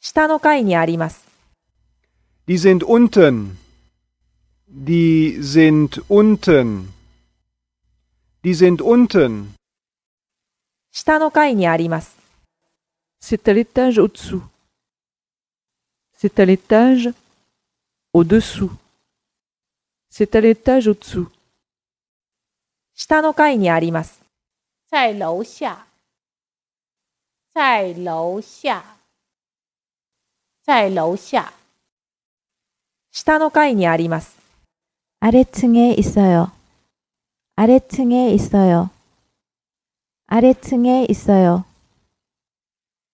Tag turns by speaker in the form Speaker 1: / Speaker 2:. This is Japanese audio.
Speaker 1: 下の階にあります。
Speaker 2: Die sind unten. Die sind unten. Die sind unten.
Speaker 1: 下の階にあります。
Speaker 3: C'est à l'étage au-dessous. C'est à l'étage au-dessous. C'est à l'étage au-dessous.
Speaker 1: 下の階にあります。
Speaker 4: 在楼下，在楼下，在楼下，
Speaker 1: 下の階にあります。
Speaker 5: 아래층에 있어요. 아래층에 있어요. 아래층에 있어요.